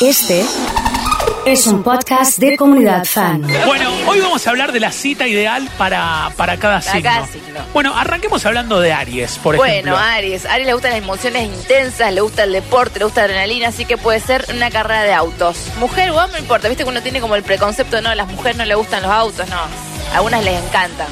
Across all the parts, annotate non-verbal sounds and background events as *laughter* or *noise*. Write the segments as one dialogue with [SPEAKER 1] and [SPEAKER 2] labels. [SPEAKER 1] Este es un podcast de comunidad fan.
[SPEAKER 2] Bueno, hoy vamos a hablar de la cita ideal para, para cada
[SPEAKER 3] Para
[SPEAKER 2] signo.
[SPEAKER 3] cada signo.
[SPEAKER 2] Bueno, arranquemos hablando de Aries, por ejemplo.
[SPEAKER 3] Bueno, Aries. A Aries le gustan las emociones intensas, le gusta el deporte, le gusta la adrenalina, así que puede ser una carrera de autos. Mujer o hombre, no importa. Viste que uno tiene como el preconcepto, no, a las mujeres no le gustan los autos, no. A algunas les encantan.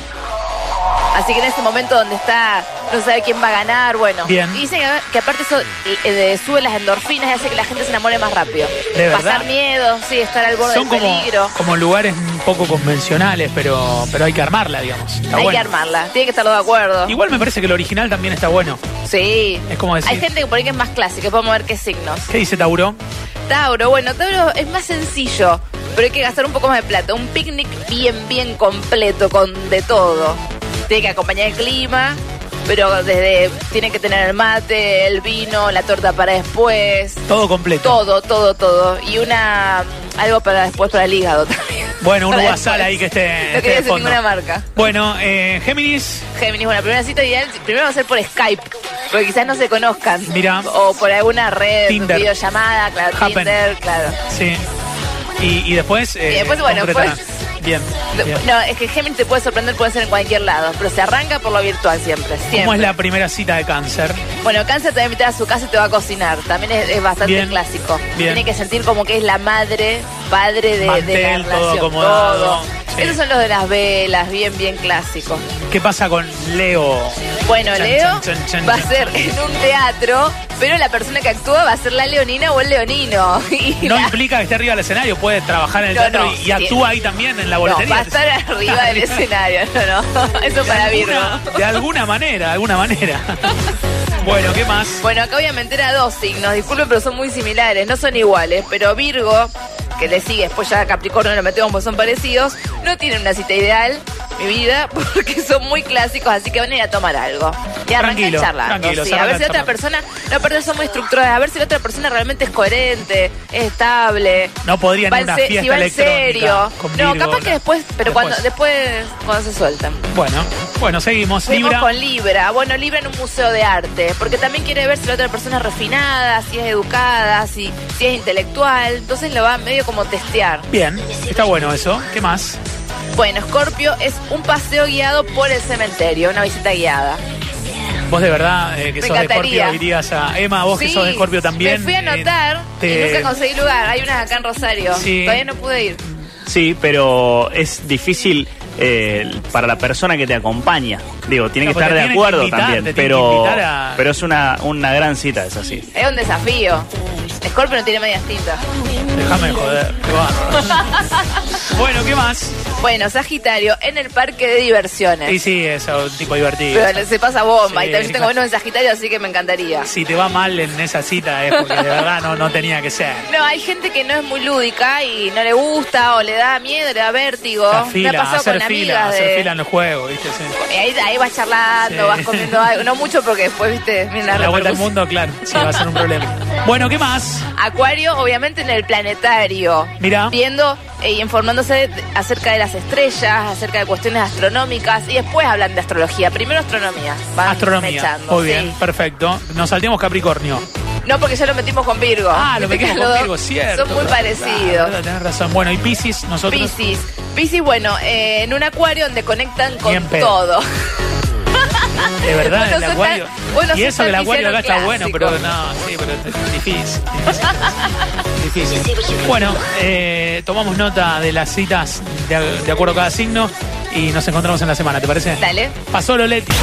[SPEAKER 3] Así que en ese momento donde está, no sabe quién va a ganar, bueno.
[SPEAKER 2] Bien.
[SPEAKER 3] Y dicen que, que aparte eso eh, eh, sube las endorfinas y hace que la gente se enamore más rápido.
[SPEAKER 2] ¿De verdad?
[SPEAKER 3] Pasar miedo, sí, estar al borde
[SPEAKER 2] Son
[SPEAKER 3] del
[SPEAKER 2] como,
[SPEAKER 3] peligro.
[SPEAKER 2] como lugares un poco convencionales, pero, pero hay que armarla, digamos. Está
[SPEAKER 3] Hay
[SPEAKER 2] Ah, bueno.
[SPEAKER 3] que armarla, tiene que estarlo de acuerdo.
[SPEAKER 2] Igual me parece que el original también está bueno.
[SPEAKER 3] Sí.
[SPEAKER 2] Es como decir-
[SPEAKER 3] Hay gente que por ahí que es más clásica, podemos ver qué signos.
[SPEAKER 2] ¿Qué dice Tauro?
[SPEAKER 3] Tauro, bueno, Tauro es más sencillo, pero hay que gastar un poco más de plata. Un picnic bien, bien completo, con de todo. Tiene que acompañar el clima, pero desde tiene que tener el mate, el vino, la torta para después.
[SPEAKER 2] Todo completo.
[SPEAKER 3] Todo, todo, todo. Y una algo para después para el hígado también.
[SPEAKER 2] Bueno,
[SPEAKER 3] *laughs*
[SPEAKER 2] un
[SPEAKER 3] Para
[SPEAKER 2] WhatsApp
[SPEAKER 3] después.
[SPEAKER 2] ahí que esté. esté
[SPEAKER 3] No quería
[SPEAKER 2] de
[SPEAKER 3] decir
[SPEAKER 2] fondo.
[SPEAKER 3] ninguna marca.
[SPEAKER 2] Bueno, eh, Géminis,
[SPEAKER 3] Géminis, bueno, la primera cita ideal, primero va a ser por Skype, porque quizás no se conozcan.
[SPEAKER 2] Mirá.
[SPEAKER 3] O por alguna red,
[SPEAKER 2] Tinder.
[SPEAKER 3] videollamada, claro,
[SPEAKER 2] Happen.
[SPEAKER 3] Tinder, claro.
[SPEAKER 2] sí. Y, y después. eh,
[SPEAKER 3] Y después, bueno,
[SPEAKER 2] concretará.
[SPEAKER 3] pues-
[SPEAKER 2] Bien.
[SPEAKER 3] No,
[SPEAKER 2] bien.
[SPEAKER 3] no, es que Géminis te puede sorprender, puede ser en cualquier lado, pero se arranca por lo virtual siempre. siempre.
[SPEAKER 2] ¿Cómo es la primera cita de cáncer?
[SPEAKER 3] Bueno, Cáncer te va a invitar a su casa y te va a cocinar. También es, es bastante
[SPEAKER 2] Bien.
[SPEAKER 3] clásico.
[SPEAKER 2] Bien.
[SPEAKER 3] Tiene que sentir como que es la madre, padre de- de, la
[SPEAKER 2] Mantel, todo
[SPEAKER 3] relación.
[SPEAKER 2] acomodado. Sí.
[SPEAKER 3] Esos son los de las velas, bien, bien clásicos.
[SPEAKER 2] ¿Qué pasa con Leo?
[SPEAKER 3] Bueno,
[SPEAKER 2] Chan,
[SPEAKER 3] Leo
[SPEAKER 2] chan, chan, chan,
[SPEAKER 3] va a
[SPEAKER 2] chan.
[SPEAKER 3] ser en un teatro, pero la persona que actúa va a ser la leonina o el leonino. *laughs* Y
[SPEAKER 2] No
[SPEAKER 3] la-
[SPEAKER 2] implica que esté arriba del escenario, puede trabajar en el
[SPEAKER 3] No,
[SPEAKER 2] teatro
[SPEAKER 3] no,
[SPEAKER 2] y, y
[SPEAKER 3] sí.
[SPEAKER 2] actúa ahí también en la
[SPEAKER 3] no,
[SPEAKER 2] boletería.
[SPEAKER 3] va a
[SPEAKER 2] *laughs*
[SPEAKER 3] estar arriba del escenario. No, no. *laughs* Eso
[SPEAKER 2] De
[SPEAKER 3] para Virgo.
[SPEAKER 2] alguna- De alguna manera, de alguna
[SPEAKER 3] *laughs*
[SPEAKER 2] manera. bueno, ¿qué más?
[SPEAKER 3] Bueno, acá voy a meter a dos signos, disculpen, pero son muy similares, no son iguales, pero Virgo, que le sigue, después ya Capricornio lo metemos porque son parecidos, no tienen una cita ideal, mi vida, *laughs* porque son muy clásicos, así que van a ir a tomar algo. Y arrancan
[SPEAKER 2] Tranquilo,
[SPEAKER 3] charlando,
[SPEAKER 2] tranquilo,
[SPEAKER 3] sí,
[SPEAKER 2] se
[SPEAKER 3] a ver
[SPEAKER 2] arrancan
[SPEAKER 3] si la otra persona, no, pero son muy estructuradas, a ver si la otra persona realmente es coherente, es estable.
[SPEAKER 2] No podrían
[SPEAKER 3] va
[SPEAKER 2] ir a una
[SPEAKER 3] en se-
[SPEAKER 2] fiesta
[SPEAKER 3] si va en
[SPEAKER 2] electrónica
[SPEAKER 3] serio.
[SPEAKER 2] con
[SPEAKER 3] No,
[SPEAKER 2] Virgo,
[SPEAKER 3] capaz que
[SPEAKER 2] no.
[SPEAKER 3] después, pero cuando después cuando se sueltan.
[SPEAKER 2] Bueno, bueno, seguimos.
[SPEAKER 3] Fuimos
[SPEAKER 2] Libra.
[SPEAKER 3] con Libra. Bueno, Libra en un museo de arte, porque también quiere ver si la otra persona es refinada, si es educada, si, si es intelectual. Entonces lo va medio como testear.
[SPEAKER 2] Bien, está bueno eso. ¿Qué más?
[SPEAKER 3] Bueno, Scorpio es un paseo guiado por el cementerio, una visita guiada.
[SPEAKER 2] Vos de verdad eh, que
[SPEAKER 3] Me
[SPEAKER 2] sos de
[SPEAKER 3] encantaría.
[SPEAKER 2] Scorpio dirías a Emma, vos que
[SPEAKER 3] Sí,
[SPEAKER 2] sos de Scorpio también.
[SPEAKER 3] Me fui a
[SPEAKER 2] eh,
[SPEAKER 3] anotar
[SPEAKER 2] te-
[SPEAKER 3] y nunca conseguí lugar. Hay unas acá en Rosario.
[SPEAKER 2] Sí.
[SPEAKER 3] Todavía no pude ir.
[SPEAKER 4] Sí, pero es difícil eh, para la persona que te acompaña. Digo, tiene
[SPEAKER 2] No,
[SPEAKER 4] que
[SPEAKER 2] porque
[SPEAKER 4] estar de
[SPEAKER 2] tiene que
[SPEAKER 4] acuerdo
[SPEAKER 2] invitar, te
[SPEAKER 4] también,
[SPEAKER 2] tiene que
[SPEAKER 4] pero,
[SPEAKER 2] invitar a-
[SPEAKER 4] pero es una, una gran cita, es así.
[SPEAKER 3] Es un desafío. Scorpio no tiene medias tintas.
[SPEAKER 2] Déjame de joder, qué
[SPEAKER 3] *laughs*
[SPEAKER 2] bárbaro. bueno, ¿qué más?
[SPEAKER 3] Bueno, Sagitario, en el parque de diversiones.
[SPEAKER 2] Y sí, es un tipo divertido.
[SPEAKER 3] Pero se pasa bomba
[SPEAKER 2] Sí,
[SPEAKER 3] y también yo tengo
[SPEAKER 2] claro.
[SPEAKER 3] uno en Sagitario, así que me encantaría.
[SPEAKER 2] Si te va mal en esa cita es porque de verdad no, no tenía que ser.
[SPEAKER 3] No, hay gente que no es muy lúdica y no le gusta o le da miedo, le da vértigo.
[SPEAKER 2] La
[SPEAKER 3] me
[SPEAKER 2] fila,
[SPEAKER 3] ha pasado
[SPEAKER 2] hacer
[SPEAKER 3] con
[SPEAKER 2] fila,
[SPEAKER 3] amigas
[SPEAKER 2] hacer
[SPEAKER 3] de-
[SPEAKER 2] fila en los juegos, ¿viste? Sí.
[SPEAKER 3] Y Ahí, ahí vas charlando,
[SPEAKER 2] Sí.
[SPEAKER 3] vas comiendo algo, no mucho porque después, viste, mira la
[SPEAKER 2] La vuelta al
[SPEAKER 3] repercusión.
[SPEAKER 2] mundo, claro, sí, va a ser un problema.
[SPEAKER 3] *laughs*
[SPEAKER 2] Bueno, ¿qué más?
[SPEAKER 3] Acuario, obviamente en el planetario.
[SPEAKER 2] Mirá.
[SPEAKER 3] Viendo e informándose de- acerca de las estrellas, acerca de cuestiones astronómicas y después hablan de astrología. Primero astronomía. van
[SPEAKER 2] Astronomía.
[SPEAKER 3] mechando,
[SPEAKER 2] Muy
[SPEAKER 3] sí.
[SPEAKER 2] bien, perfecto. Nos salteamos Capricornio.
[SPEAKER 3] No, porque ya lo metimos con Virgo.
[SPEAKER 2] Ah, lo
[SPEAKER 3] Viste que
[SPEAKER 2] metimos
[SPEAKER 3] los
[SPEAKER 2] con
[SPEAKER 3] dos
[SPEAKER 2] Virgo, cierto.
[SPEAKER 3] Son muy parecidos.
[SPEAKER 2] Claro, tenés razón. Bueno, y Piscis, nosotros.
[SPEAKER 3] Piscis. Piscis, bueno, eh, en un acuario donde conectan
[SPEAKER 2] Ni
[SPEAKER 3] con
[SPEAKER 2] en pedo.
[SPEAKER 3] todo. *laughs*
[SPEAKER 2] De verdad,
[SPEAKER 3] Vos no
[SPEAKER 2] el
[SPEAKER 3] sos
[SPEAKER 2] acuario.
[SPEAKER 3] tan- vos no
[SPEAKER 2] y
[SPEAKER 3] sos
[SPEAKER 2] eso que el
[SPEAKER 3] tan
[SPEAKER 2] acuario acá está
[SPEAKER 3] pisciano
[SPEAKER 2] bueno, pero
[SPEAKER 3] clásico.
[SPEAKER 2] no, sí, pero es difícil. difícil. Difícil. Bueno, eh, tomamos nota de las citas de, de acuerdo a cada signo y nos encontramos en la semana, ¿te parece?
[SPEAKER 3] Dale.
[SPEAKER 2] Pasó Loletti.